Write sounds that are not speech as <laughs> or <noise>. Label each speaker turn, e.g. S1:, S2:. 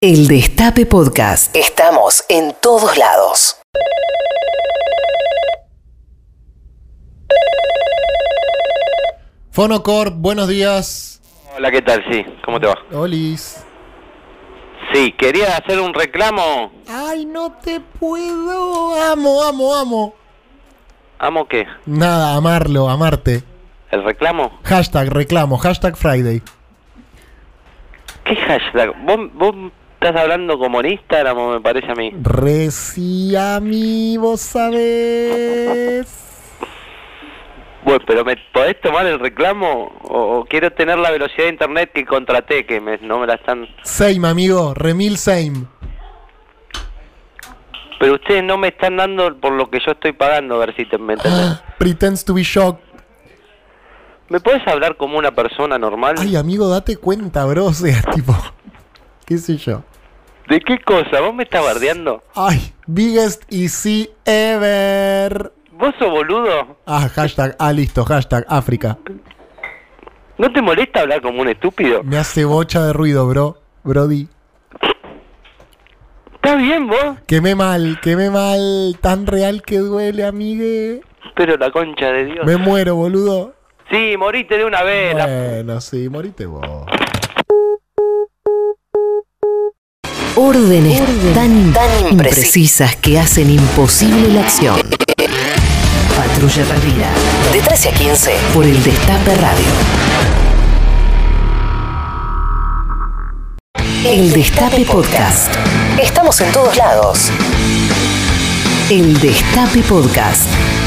S1: El Destape Podcast. Estamos en todos lados.
S2: Fonocor, buenos días.
S3: Hola, ¿qué tal? Sí, ¿cómo te va?
S2: Olis.
S3: Sí, quería hacer un reclamo.
S2: Ay, no te puedo. Amo, amo, amo.
S3: ¿Amo qué?
S2: Nada, amarlo, amarte.
S3: ¿El reclamo?
S2: Hashtag reclamo, hashtag Friday.
S3: ¿Qué hashtag? ¿Vos, vos estás hablando como en Instagram, me parece a mí.
S2: Reci a mí, vos sabés.
S3: Bueno, pero ¿me podés tomar el reclamo? O, o quiero tener la velocidad de internet que contraté, que me- no me la están...
S2: Same, amigo, remil same.
S3: Pero ustedes no me están dando por lo que yo estoy pagando, a ver si te me
S2: Ah.
S3: entendés.
S2: Pretends to be shocked.
S3: ¿Me podés hablar como una persona normal?
S2: Ay, amigo, date cuenta, bro. O sea, <laughs> tipo. ¿Qué sé yo?
S3: ¿De qué cosa? ¿Vos me estás bardeando?
S2: Ay, biggest easy ever.
S3: ¿Vos sos boludo?
S2: Ah, hashtag, ah, listo, hashtag África.
S3: ¿No te molesta hablar como un estúpido?
S2: Me hace bocha de ruido, bro. Brody.
S3: ¿Está bien vos?
S2: Quemé mal, quemé mal. Tan real que duele, amigue.
S3: Pero la concha de Dios.
S2: Me muero, boludo.
S3: Sí, moriste de una vez. la
S2: Bueno, sí, morite vos.
S1: Órdenes, tan, tan imprecisas que hacen imposible la acción. Patrulla perdida. De 13 a 15. Por el Destape Radio. El Destape Podcast. Estamos en todos lados. El Destape Podcast.